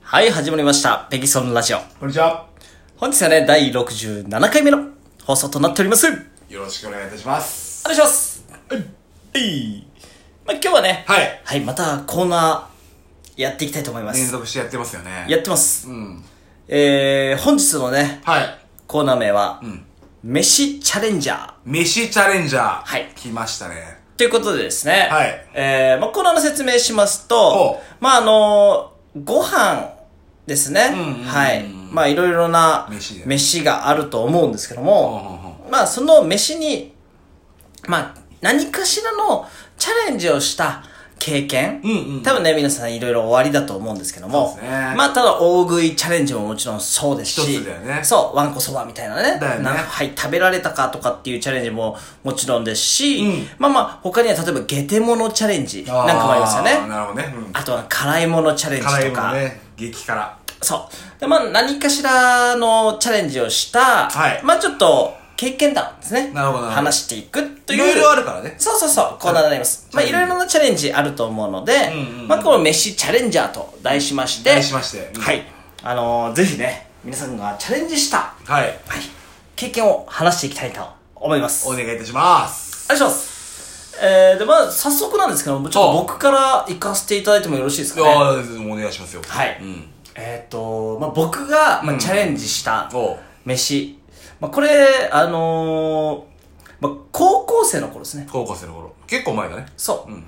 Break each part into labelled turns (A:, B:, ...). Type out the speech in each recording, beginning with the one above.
A: はい、始まりました。ペギソンラジオ。
B: こんにちは。
A: 本日はね、第67回目の放送となっております。お願
B: よろしくお願いいたします。
A: いします。はい。まあ、今日はね、
B: はい。
A: はい、またコーナーやっていきたいと思いま
B: 連
A: す。
B: 続してやってますよね。
A: やってます。
B: うん。
A: えー、本日のね、
B: はい。
A: コーナー名は、
B: ん
A: 飯チャレンジャー。
B: 飯チャレンジャー。
A: はい
B: 来ましたね。
A: ということでですね、
B: はい
A: えーまあ、コーナーの説明しますと
B: ほ、
A: まあ、あのーご飯ですね、
B: んうんうん
A: はい。まあ、いろいろな
B: 飯
A: 飯があると思うんですけども、
B: うんうん
A: まあ、その飯に、まあ、何かしらのチャレンジをした経験、
B: うんうん
A: 多分ね、皆さんいろいろ終わりだと思うんですけども、
B: そうですね
A: まあ、ただ大食いチャレンジももちろんそうですし、
B: 一つだよね
A: そう、わんこそばみたいなね、
B: だよね
A: なんかはい、食べられたかとかっていうチャレンジももちろんですし、
B: うん
A: まあまあ、他には例えば、ゲテモノチャレンジなんかもありますよ
B: あー
A: ね。
B: なるほどね。うん。
A: あとは、辛いものチャレンジ
B: 辛い
A: と
B: も
A: か。
B: のね。激辛。
A: そう。で、まあ、何かしらのチャレンジをした、
B: はい
A: まあ、ちょっと、経験談ですね。
B: なるほどなるほど
A: 話していくという。
B: いろいろあるからね
A: そうそうそう、コーナーになります。まあ、いろいろなチャレンジあると思うので、
B: うんうん
A: まあ、この飯チャレンジャーと題しまして、
B: 題しましてうん
A: はい。あのーぜひね、皆さんがチャレンジした
B: はい。
A: はい、経験を話していきたいと思います。
B: お
A: お願
B: 願いいたします。
A: いします。えー、で、まあ、早速なんですけども、ちょっ
B: あ
A: と
B: あ
A: 僕から行かせていただいてもよろしいです
B: いや
A: かね。
B: ーお願いしますよ。
A: はい。
B: うん。
A: えっ、と、まあ、僕が、ま
B: う
A: あ、
B: ん
A: チャレンジした
B: おう
A: 飯。まあ、これ、あのーまあ、高校生の頃ですね。
B: 高校生の頃。結構前だね。
A: そう。
B: うん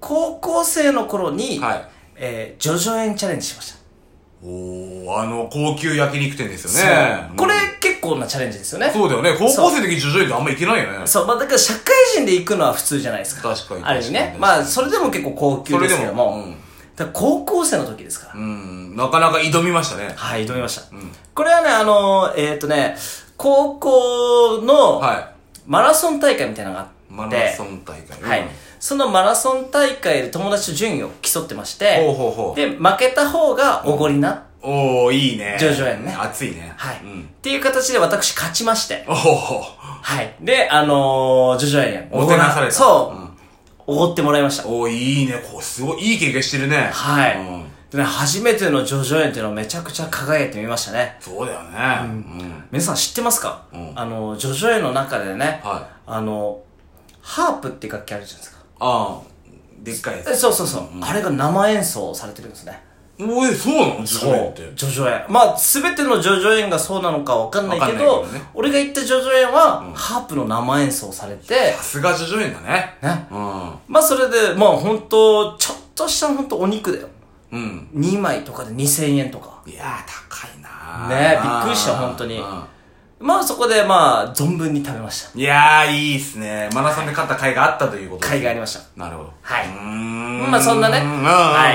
A: 高校生の頃に、
B: はい
A: えー、ジョジョ園チャレンジしました。
B: おー、あの、高級焼肉店ですよね
A: そ。うこれ
B: うん、
A: 結構なチャレンジですよね。
B: そうだよね。高校生の時徐々に行ってあんま行けないよね。
A: そう、まあ、だから社会人で行くのは普通じゃないですか。
B: 確かに
A: ある意味
B: 確
A: ね
B: か。に
A: まあ、それでも結構高級ですけども。
B: それでもうん
A: だから高校生の時ですから。
B: うん。なかなか挑みましたね。
A: はい、挑みました。これはね、あのー、えっ、とね、高校の
B: は
A: マラソン大会みたいなのがあって、
B: い。マラソン大会。
A: はい、
B: うん
A: そのマラソン大会で友達と順位を競ってまして、
B: ほうほうほう
A: で、負けた方がおごりな、
B: おー、いいね。
A: 徐々にね
B: 暑いね。
A: はい、
B: う
A: っ
B: ん。
A: ていう形で私勝ちまして、
B: おー、
A: はい。で、あのー、ジョジョ園、
B: もてなされた
A: そう
B: うん、
A: おごってもらいました。
B: おー、いいね。こう、すごい、いい経験してるね。
A: はい。
B: うん
A: でね、初めてのジョジョ園っていうのをめちゃくちゃ輝いてみましたね。
B: そうだよね。うん。
A: 皆さん知ってますか、
B: うん
A: あの、ジョジョ園の中でね、
B: はい。
A: あの、ハープって楽器あるじゃないですか。
B: あー、でっかいやつ
A: えそうそうそう、あれが生演奏されてるんですね。
B: おえ、そうなの徐々に
A: そ
B: っ
A: う
B: て。。
A: ジョジョ園。まあ、すべてのジョジョ園がそうなのかわかんないけど、
B: わかんないけどね
A: 俺が行ったジョジョ園は、ハープの生演奏されて
B: さ、すが徐々にだね。
A: ね。
B: う
A: まあ、それで、まあ、ほんと、ちょっとしたほんとお肉だよ。
B: ん。うん。
A: 2枚とかで2000円とか。
B: いやー、高いな
A: ねえびっくりした本当に
B: うん
A: まあ、そこで、まあ、存分に食べました。
B: いやー、いいっすね。マラソンで勝った甲斐があったということ
A: 会があり
B: ま
A: ました。
B: なるほど。
A: はいま
B: ま
A: あ、そんなね、はい、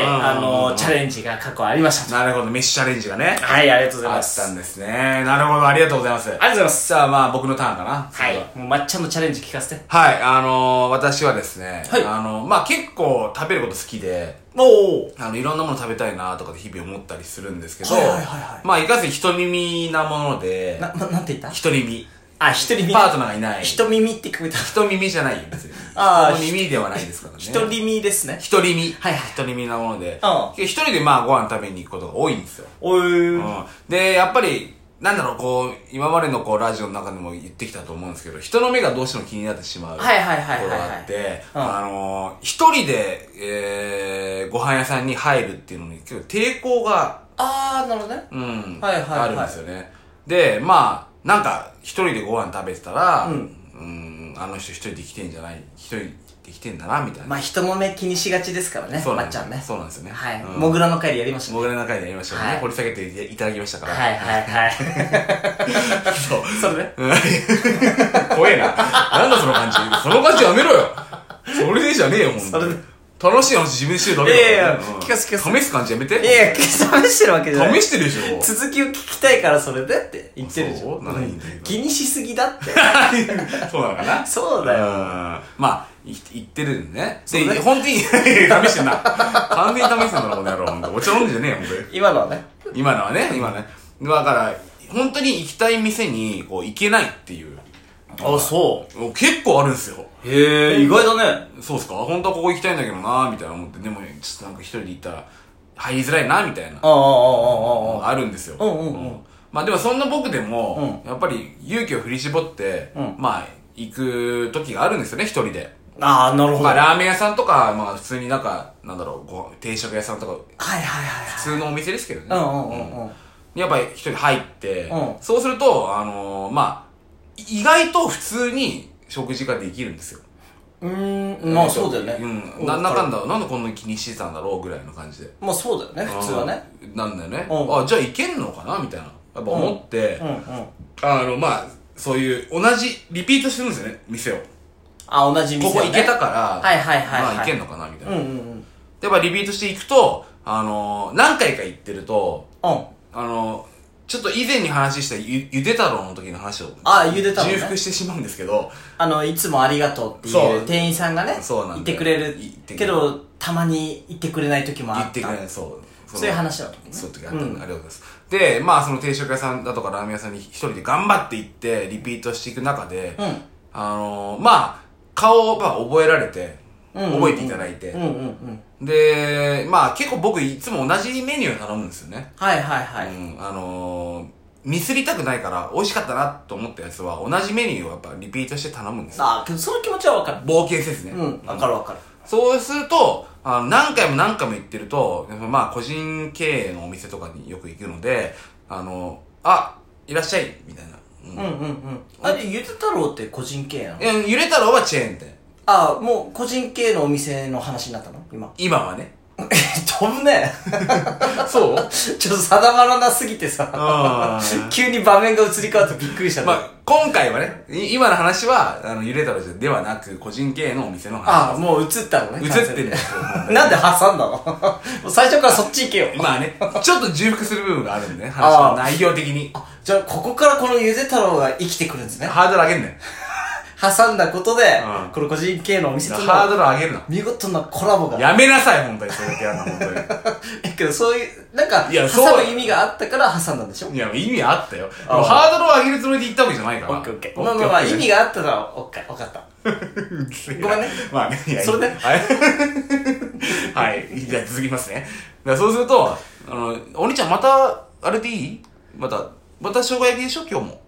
A: あの、チャ
B: チャレン
A: レンジが過去ありました。
B: ジ。なるほど、メッシュチャレンジがね。
A: はい、ありがとうござい
B: あ
A: ま
B: っ
A: す。
B: たんですね。なるほど、ありがとうございます。
A: ありがとうございます
B: さあ、まあ、僕のターンかな。
A: はい。もう抹茶のチャレンジ聞かせて。
B: はい、あのー、私はですね、
A: はい
B: あのー、まあ、結構食べること好きで、
A: おお。
B: あの、いろんなもの食べたいなとかで日々思ったりするんですけど、
A: はいはいはいはい
B: まあ、いかず人耳なもので、
A: な、な、なんて言った
B: 人耳。
A: あ、一人耳。
B: パートナーがいない。
A: 人耳って聞こえた。
B: 人耳じゃないよ、別に。
A: あー
B: 人耳ではないですからね。
A: 人耳ですね。
B: 一人身。
A: はいはい
B: 一人身なもので。
A: う
B: 一人でまあご飯食べに行くことが多いんですよ。
A: お
B: う
A: ー。
B: ん。で、やっぱり、なんだろう、こう、今までのこう、ラジオの中でも言ってきたと思うんですけど、人の目がどうしても気になってしまう。
A: はいはいはいはいはい
B: ところがあって、
A: うん
B: あのー一人で、えー、ご飯屋さんに入るっていうのに結構抵抗が、
A: あー、なるほどね。
B: うん、
A: はいはいはい
B: あるんですよね。で、まあ、なんか、一人でご飯食べてたら、
A: うん
B: うんあの人一人で来てんじゃない、一人で来てんだな、みたいな。
A: まあ、人の目気にしがちですからね、
B: そう
A: ま
B: なん
A: っ
B: で
A: ち
B: す
A: ゃんね。
B: そうなんですよね。
A: はい。
B: うん
A: モグラの会でやりましたね。
B: モグラの回でやりましたよね、
A: はい
B: 掘り下げていただきましたから。
A: はいはいはい。そう。 それね。
B: うん怖えな。なんだその感じ。その感じやめろよ。それでじゃねえよ、ほんと
A: それ
B: に
A: で。
B: 楽しい話自分でしてるだけだ
A: いやいやいや
B: うん
A: 聞かせ聞かせ
B: 試す感じやめて。
A: いやいや、試してるわけじゃない。
B: 試してるでしょ。
A: 続きを聞きたいからそれでって言ってるじゃん
B: そうなんだ
A: 気にしすぎだ って
B: そうなのかな。
A: そうだよ
B: よ。まあ、い言ってるんでね。
A: そう
B: で、
A: だね
B: 本当に、試してんな。完全に試してんだな、この野郎。ほんとお茶飲んでんじゃねえよ、ほんとに。
A: 今のはね
B: 今のはね、今ね。だから、本当に行きたい店に、こう、行けないっていう。
A: あそ
B: お結構あるんすよ。
A: うへえ意外だね
B: そうっすか本当はここ行きたいんだけどなみたいな思って。でも、ちょっとなんか一人で行ったら、入りづらいな、みたいな。
A: ああ、ああ、ああ、あ
B: あるんですよ。
A: うんうんうん
B: まあでもそんな僕でも、やっぱり勇気を振り絞って、
A: うん
B: まあ行く時があるんですよね、一人で。
A: あ。ああ、なるほど。
B: まあ
A: はい
B: ラーメン屋さんとか、まあ普通になんか、なんだろう、ご定食屋さんとか、
A: はいはい。
B: 普通のお店ですけどね。
A: うんうんうんうん。
B: やっぱり一人入って、
A: うん
B: そうすると、あのーまあ、意外と普通に食事ができるんですよ。
A: うーん、まあそうだよね。
B: うん。なんだかんだ、なんでこんなに気にしてたんだろうぐらいの感じで。
A: まあそうだよね、普通はね。
B: うん。なんだよね。
A: うん
B: あ、じゃあいけんのかなみたいな。やっぱ思って、
A: うんうん。
B: あの、まあ、そういう、同じ、リピートしてるんですよね、店を。
A: あ、同じ店
B: こ
A: を
B: こ
A: ね
B: 行けたから、
A: はいはいはいはい
B: まあ、行けんのかなみたいな。
A: うんう
B: や
A: んうん。
B: っぱリピートしていくと、あのー何回か行ってると、
A: うん。
B: あのーちょっと以前に話したゆ、ゆで太郎の時の話を、
A: あゆで太郎ね
B: 重複してしまうんですけど、
A: あの、いつもありがとうって
B: そ
A: いうう店員さんがね、
B: そうなんだよ
A: いてくれる
B: いてく
A: け
B: れる
A: ど、たまに行ってくれない時もあ
B: 言
A: った。
B: ってくれない、そう。の
A: そういう話だったね
B: そういう時あったんで、ありがとうございます。で、まあ、その定食屋さんだとかラーメン屋さんに一人で頑張って行って、リピートしていく中で、
A: うん
B: あのーまあ、顔をまあ覚えられて、
A: うんうん
B: 覚えていただいて、
A: うんうんうん。
B: で、まあ結構僕いつも同じメニュー頼むんですよね。
A: はいはいはい。
B: うん、あのーミスりたくないから美味しかったなと思ったやつは同じメニューをやっぱリピートして頼むんですよ。
A: ああ、けどその気持ちはわかる。
B: 冒険せずね。
A: うん、わかるわかる。
B: そうすると、あの何回も何回も行ってると、まあ個人経営のお店とかによく行くので、あのあ、いらっしゃい、みたいな。うん
A: うんうんうん。あれ、ゆで太郎って個人系なの
B: え揺れたらはチェーン店。
A: ああ、もう個人系のお店の話になったの今。
B: 今はね。
A: え、飛ぶね。
B: そう
A: ちょっと定まらなすぎてさ、
B: あ ー
A: 急に場面が移り変わってびっくりしたね
B: まあ、今回はね、い今の話は、あの、ゆれたらではなく、個人経営のお店の
A: ああ、
B: 話。
A: もう映ったのね。
B: 映
A: 完
B: って
A: 全
B: る
A: に
B: んですよ。
A: なんで挟んだの もう最初からそっち行けよ。
B: まあね、ちょっと重複する部分があるんでね、話の内容的に。
A: じゃあ、ここからこのゆで太郎が生きてくるんですね。
B: ハードル上げんねん。
A: 挟んだことで、
B: うん
A: この個人系のお店と
B: ハー
A: の
B: ドル上げるな。
A: 見事なコラボが。
B: やめなさい、本当に、それだけやるの、本
A: えけど、そういう、なんか、
B: いや
A: 挟
B: そう
A: む意味があったから挟んだんでしょ
B: 当に。いや、意味あったよ。で
A: あ
B: もハードルを上げるつもりで言ったわけじゃないか
A: オ
B: ら。
A: ッケーオッケー。まあまあまあ、意味があったら、オッケー、わかった。
B: が
A: ごめんね
B: まあね、いや
A: それで
B: いいはい。はい。じゃあ続きますね。だからそうすると、あの、お兄ちゃんまた、あれでいいまた、また生姜焼きでしょ、今日も。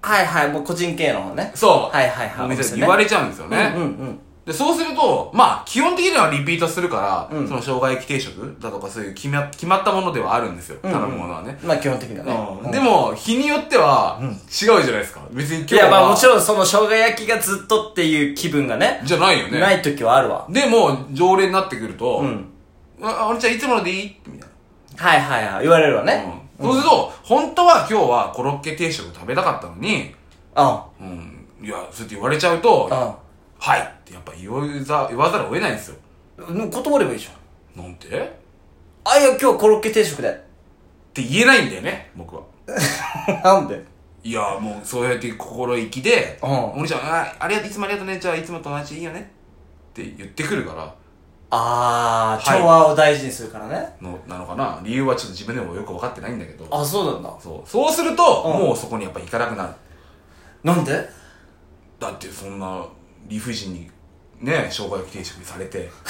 A: はいはい、もう個人系のね。
B: そう。
A: はいはいはい
B: お
A: お店
B: 店
A: ね
B: 言われちゃうんですよね。
A: うんうん
B: で、そうすると、まあ、基本的にはリピートするから、その生姜焼き定食だとかそういう決ま決まったものではあるんですよ。
A: ん
B: 頼むものはね。
A: うん。まあ、基本的にはね。
B: う
A: うんん
B: でも、日によっては、違うじゃないですか。別に今
A: い
B: 日は。
A: や、まあもちろんその生姜焼きがずっとっていう気分がね、
B: じゃないよね。
A: ない時はあるわ。
B: でも、常連になってくると、
A: ん
B: あ、あれちゃんいつものでいいみたい
A: はいはいはい、言われるわね。
B: な。うん。そうすると、本当は今日はコロッケ定食食べたかったのに、
A: うん。
B: うん、いや、そうやって言われちゃうと、
A: うん
B: はいってやっぱ言わざ言わざるを得ないんですよ。
A: でも断ればいいじゃん。
B: なんてっ
A: あ、いや、今日コロッケ定食で。
B: て言えないんだよね、僕は。
A: なんで
B: いやもうそうやって心意気で、
A: うん
B: お兄ちゃん、あありがとう、いつもありがとうね、じゃあいつもと同じでいいよねって言ってくるから、
A: あー、
B: はい
A: 調和を大事にするからね。
B: の、なのかな。理由はちょっと自分でもよく分かってないんだけど。
A: あ、そうなんだ。
B: そう。そうすると、
A: うん
B: もうそこにやっぱ行かなくなる。
A: なんで
B: だってそんな理不尽に、ね、生姜焼き定食にされて。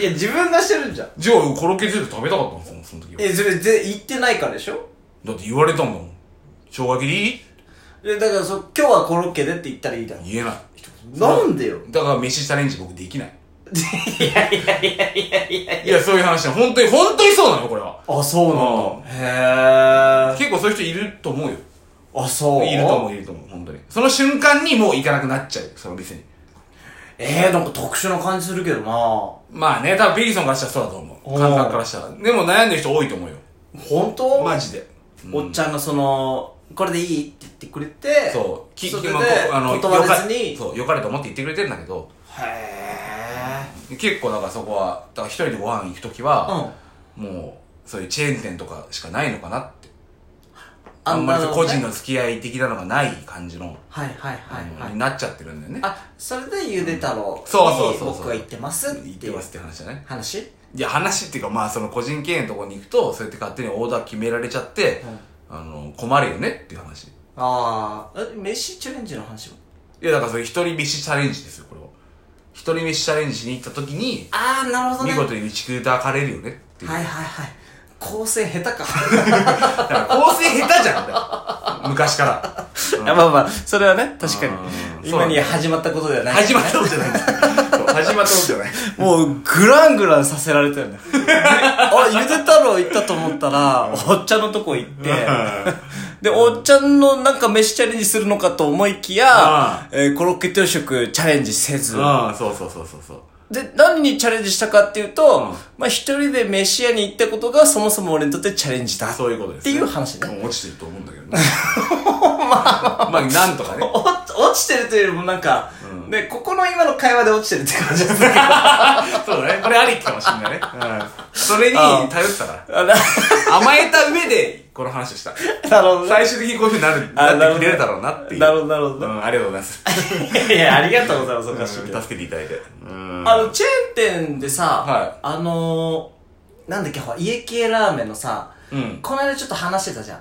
A: いや、自分がしてるんじゃん。
B: じゃあコロッケ定食食べたかったんですよ、その時は。
A: え、それ、で、言ってないからでしょ
B: だって言われたんだもん。生姜焼きでいい
A: え、だから、そう、今日はコロッケでって言ったらいいだろ。
B: 言えない。
A: なんでよ。
B: だから飯チャレンジ僕できない。
A: いやいやいやいやいや。
B: いや、そういう話なの。本当に、本当にそうなの、これは。
A: あ、そうなんだ。へー。
B: 結構そういう人いると思うよ。
A: あ、そう。
B: いると思う、いると思う、本当に。その瞬間にもう行かなくなっちゃう、その店に。
A: えー、なんか特殊な感じするけどな
B: まあね、多分ビリソンからしたらそうだと思
A: おー
B: う。感覚からしたら。でも悩んでる人多いと思うよ。
A: 本当、
B: マジで。
A: おっちゃんがその、これでいいって言ってくれて、
B: そう。き、
A: それ
B: き
A: で、
B: まあこあの、
A: 断
B: よ
A: ら
B: か
A: ずに、
B: そう、よかれと思って言ってくれてんだけど、
A: へ
B: 結構だからそこは、だから一人でご飯行くときは、もう、そういうチェーン店とかしかないのかなって。あんまり
A: なるほ
B: 個
A: どね
B: 人の付き合い的なのがない感じの、
A: はいはいはい
B: あ
A: は
B: の
A: い、
B: になっちゃってるんだよね。
A: あそれでゆで太郎に
B: そうそうそうそう
A: 僕は言ってますって
B: 言
A: い
B: っ
A: う
B: てますって話だね。
A: 話
B: いや、話っていうか、まあ、その個人経営のところに行くと、そうやって勝手にオーダー決められちゃって、あの、困るよねっていう話。い
A: ああえ飯チャレンジの話も
B: や、だからそれ一人飯チャレンジですよ、これは。一人飯チャレンジしに行った時に、
A: ああなるほど
B: 見
A: ね
B: 事に打ち砕かれるよね。っていう。
C: はいはいはい。構成下手か。
B: だから構成下手じゃんだよ。昔から。うん
A: あまあまあ、それはね、確かに
B: うん。
A: 今に始まったことではない。
B: 始まったことじゃないんだよ。始まったことじゃない。
A: もう、グラングランさせられたよね。 あ、ゆで太郎行ったと思ったら、おっちゃんのとこ行って、で、おっちゃんのなんか飯チャレンジするのかと思いきや、えーコロッケ定食チャレンジせず、
B: うん、そうそうそうそうそう。
A: で、何にチャレンジしたかっていうと、
B: うん
A: まあ一人で飯屋に行ったことがそもそも俺にとってチャレンジだ。
B: そういうことです、
A: っていう話ね。
B: もう落ちてると思うんだけどね。 まあ、なんとかね。
A: お落ちてるというよりもなんか、ね、ここの今の会話で落ちてるって感じですね。
B: そうだね。これありきかもしんないね。うん。それに
A: ああ
B: 頼ってたか
A: あな
B: ら。甘えた上で、この話をした。
A: なるほどね。
B: 最終的にこういう風にな
A: あ
B: る、なってくれるだろうなっていう。
A: なるほど、なるほど
B: う。ん、ありがとうござい ます。
A: いやいや、ありがとうございます、おかしいけど。
B: 助けていただいて。うん
A: あの、チェーン店でさ、
B: はい
A: あのー、なんだっけ、ほら、家系ラーメンのさ、
B: うん。
A: この間ちょっと話してたじゃん。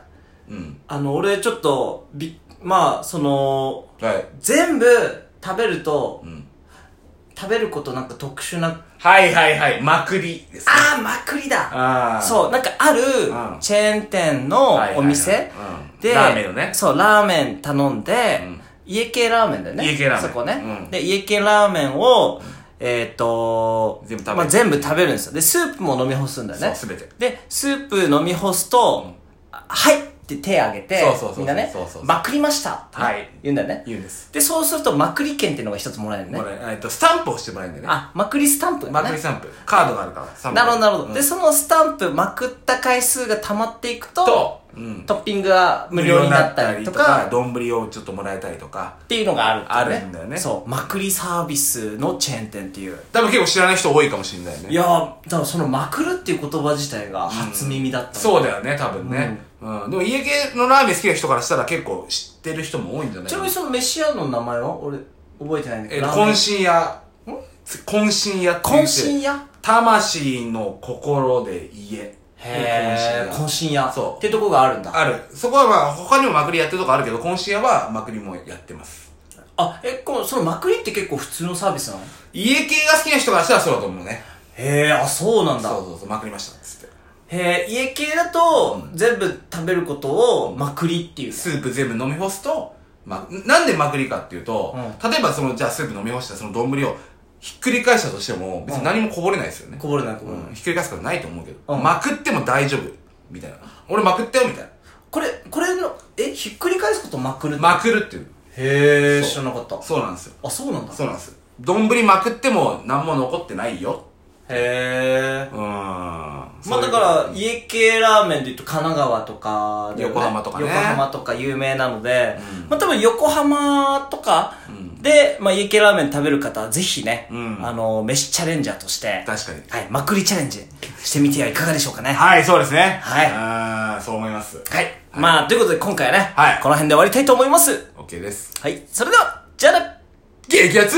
B: うん。
A: あの、俺ちょっと、び、まあ、その、
B: はい。
A: 全部食べると
B: う、ん。
A: 食べることなんか特殊な、
B: はいはいはい。まくりですね。
A: あー、まくりだ
B: あー
A: そう、なんかある
B: うん、
A: チェーン店の
B: はいはいはい
A: お店、
B: うん
A: で、
B: ラーメンのね。
A: そう、ラーメン頼んで、
B: うん
A: 家系ラーメンだよね。
B: 家系ラーメン
A: そこね。
B: うん
A: で、家系ラーメンを、えっ、と
B: 全部食べる
A: まあ、全部食べるんですよ。で、スープも飲み干すんだよね。
B: そう全て
A: で、スープ飲み干すと、あはいって手挙げて、
B: そうそうそう
A: みんなね
B: そうそうそう、
A: まくりましたってね
B: はい
A: 言うんだよね。
B: 言うんです。
A: で、そうすると、まくり券っていうのが一つもらえるね
B: こ。れ、えっと、スタンプをしてもらえるんだよね。
A: あ、まくりスタンプ、ね。
B: まくりスタンプ。カードがあるから、スタンプ。
A: なるほど、なるほど。
B: うん
A: で、そのスタンプまくった回数が溜まっていくと、
B: と、うん。
A: トッピングが無料になったりとか、
B: 丼をちょっともらえたりとか。
A: っていうのがあるっていう、
B: あるんだよね
A: そう。まくりサービスのチェーン店っていう。
B: 多分結構知らない人多いかもしれないね。
A: いやー、だからそのまくるっていう言葉自体が初耳だった、
B: そうだよね、多分ね。うん。でも家系のラーメン好きな人からしたら結構知ってる人も多いんじゃない
A: ち
B: か
A: なみ
B: な
A: にその飯屋の名前は俺、覚えてないんだ
B: え
A: け
B: っ
A: ど。
B: と、
A: ラーメン
B: 渾身屋。渾身屋って言って。
A: 渾身屋
B: 魂の心で家。
A: へー、
B: 渾身屋
A: 渾身屋。
B: そう
A: ってとこがあるんだ。
B: ある。そこはまあ、他にもまくりやってるとこあるけど、渾身屋はまくりもやってます。
A: あ、え、この、そのまくりって結構普通のサービスなの
B: 家系が好きな人からしたらそうだと思うね。
A: へー、あ、そうなん
B: そ
A: だ。
B: うそうそう、まくりました。つって。
A: へー、家系だと、全部食べることをまくりっていう。
B: スープ全部飲み干すと、ま、なんでまくりかっていうと、例えばその、じゃあスープ飲み干したその丼をひっくり返したとしても、別に何もこぼれないですよね。
A: こぼれないこぼれない。
B: うん、ひっくり返すことないと思うけど、
A: うん
B: まくっても大丈夫。みたいな。俺まくったよ、みたい
A: これ、これの、え、ひっくり返すことまくるっ
B: な。
A: て
B: まくるっていう。
A: へー、
B: そう
A: 知らなかった。
B: そうなんですよ。
A: あ、そうなんだ。
B: そうなんですよ。丼まくっても何も残ってないよ。
A: へ
B: うーん。
A: ま
B: ま
A: あだから、家系ラーメンで言うと神奈川とかだよね、
B: 横浜とかね
A: 横浜とか有名なので、まあ多分横浜とかで、まあ家系ラーメン食べる方はぜひね、
B: うん
A: あの、飯チャレンジャーとして、
B: 確かに。
A: はい、まくりチャレンジしてみてはいかがでしょうかね。はい。
B: はい、そうですね。
A: はいう
B: ーん、そう思います。
A: まあ、ということで今回はね、
B: はい
A: この辺で終わりたいと思います。
B: OK です。
A: はい。それでは、じゃあね
B: 激アツ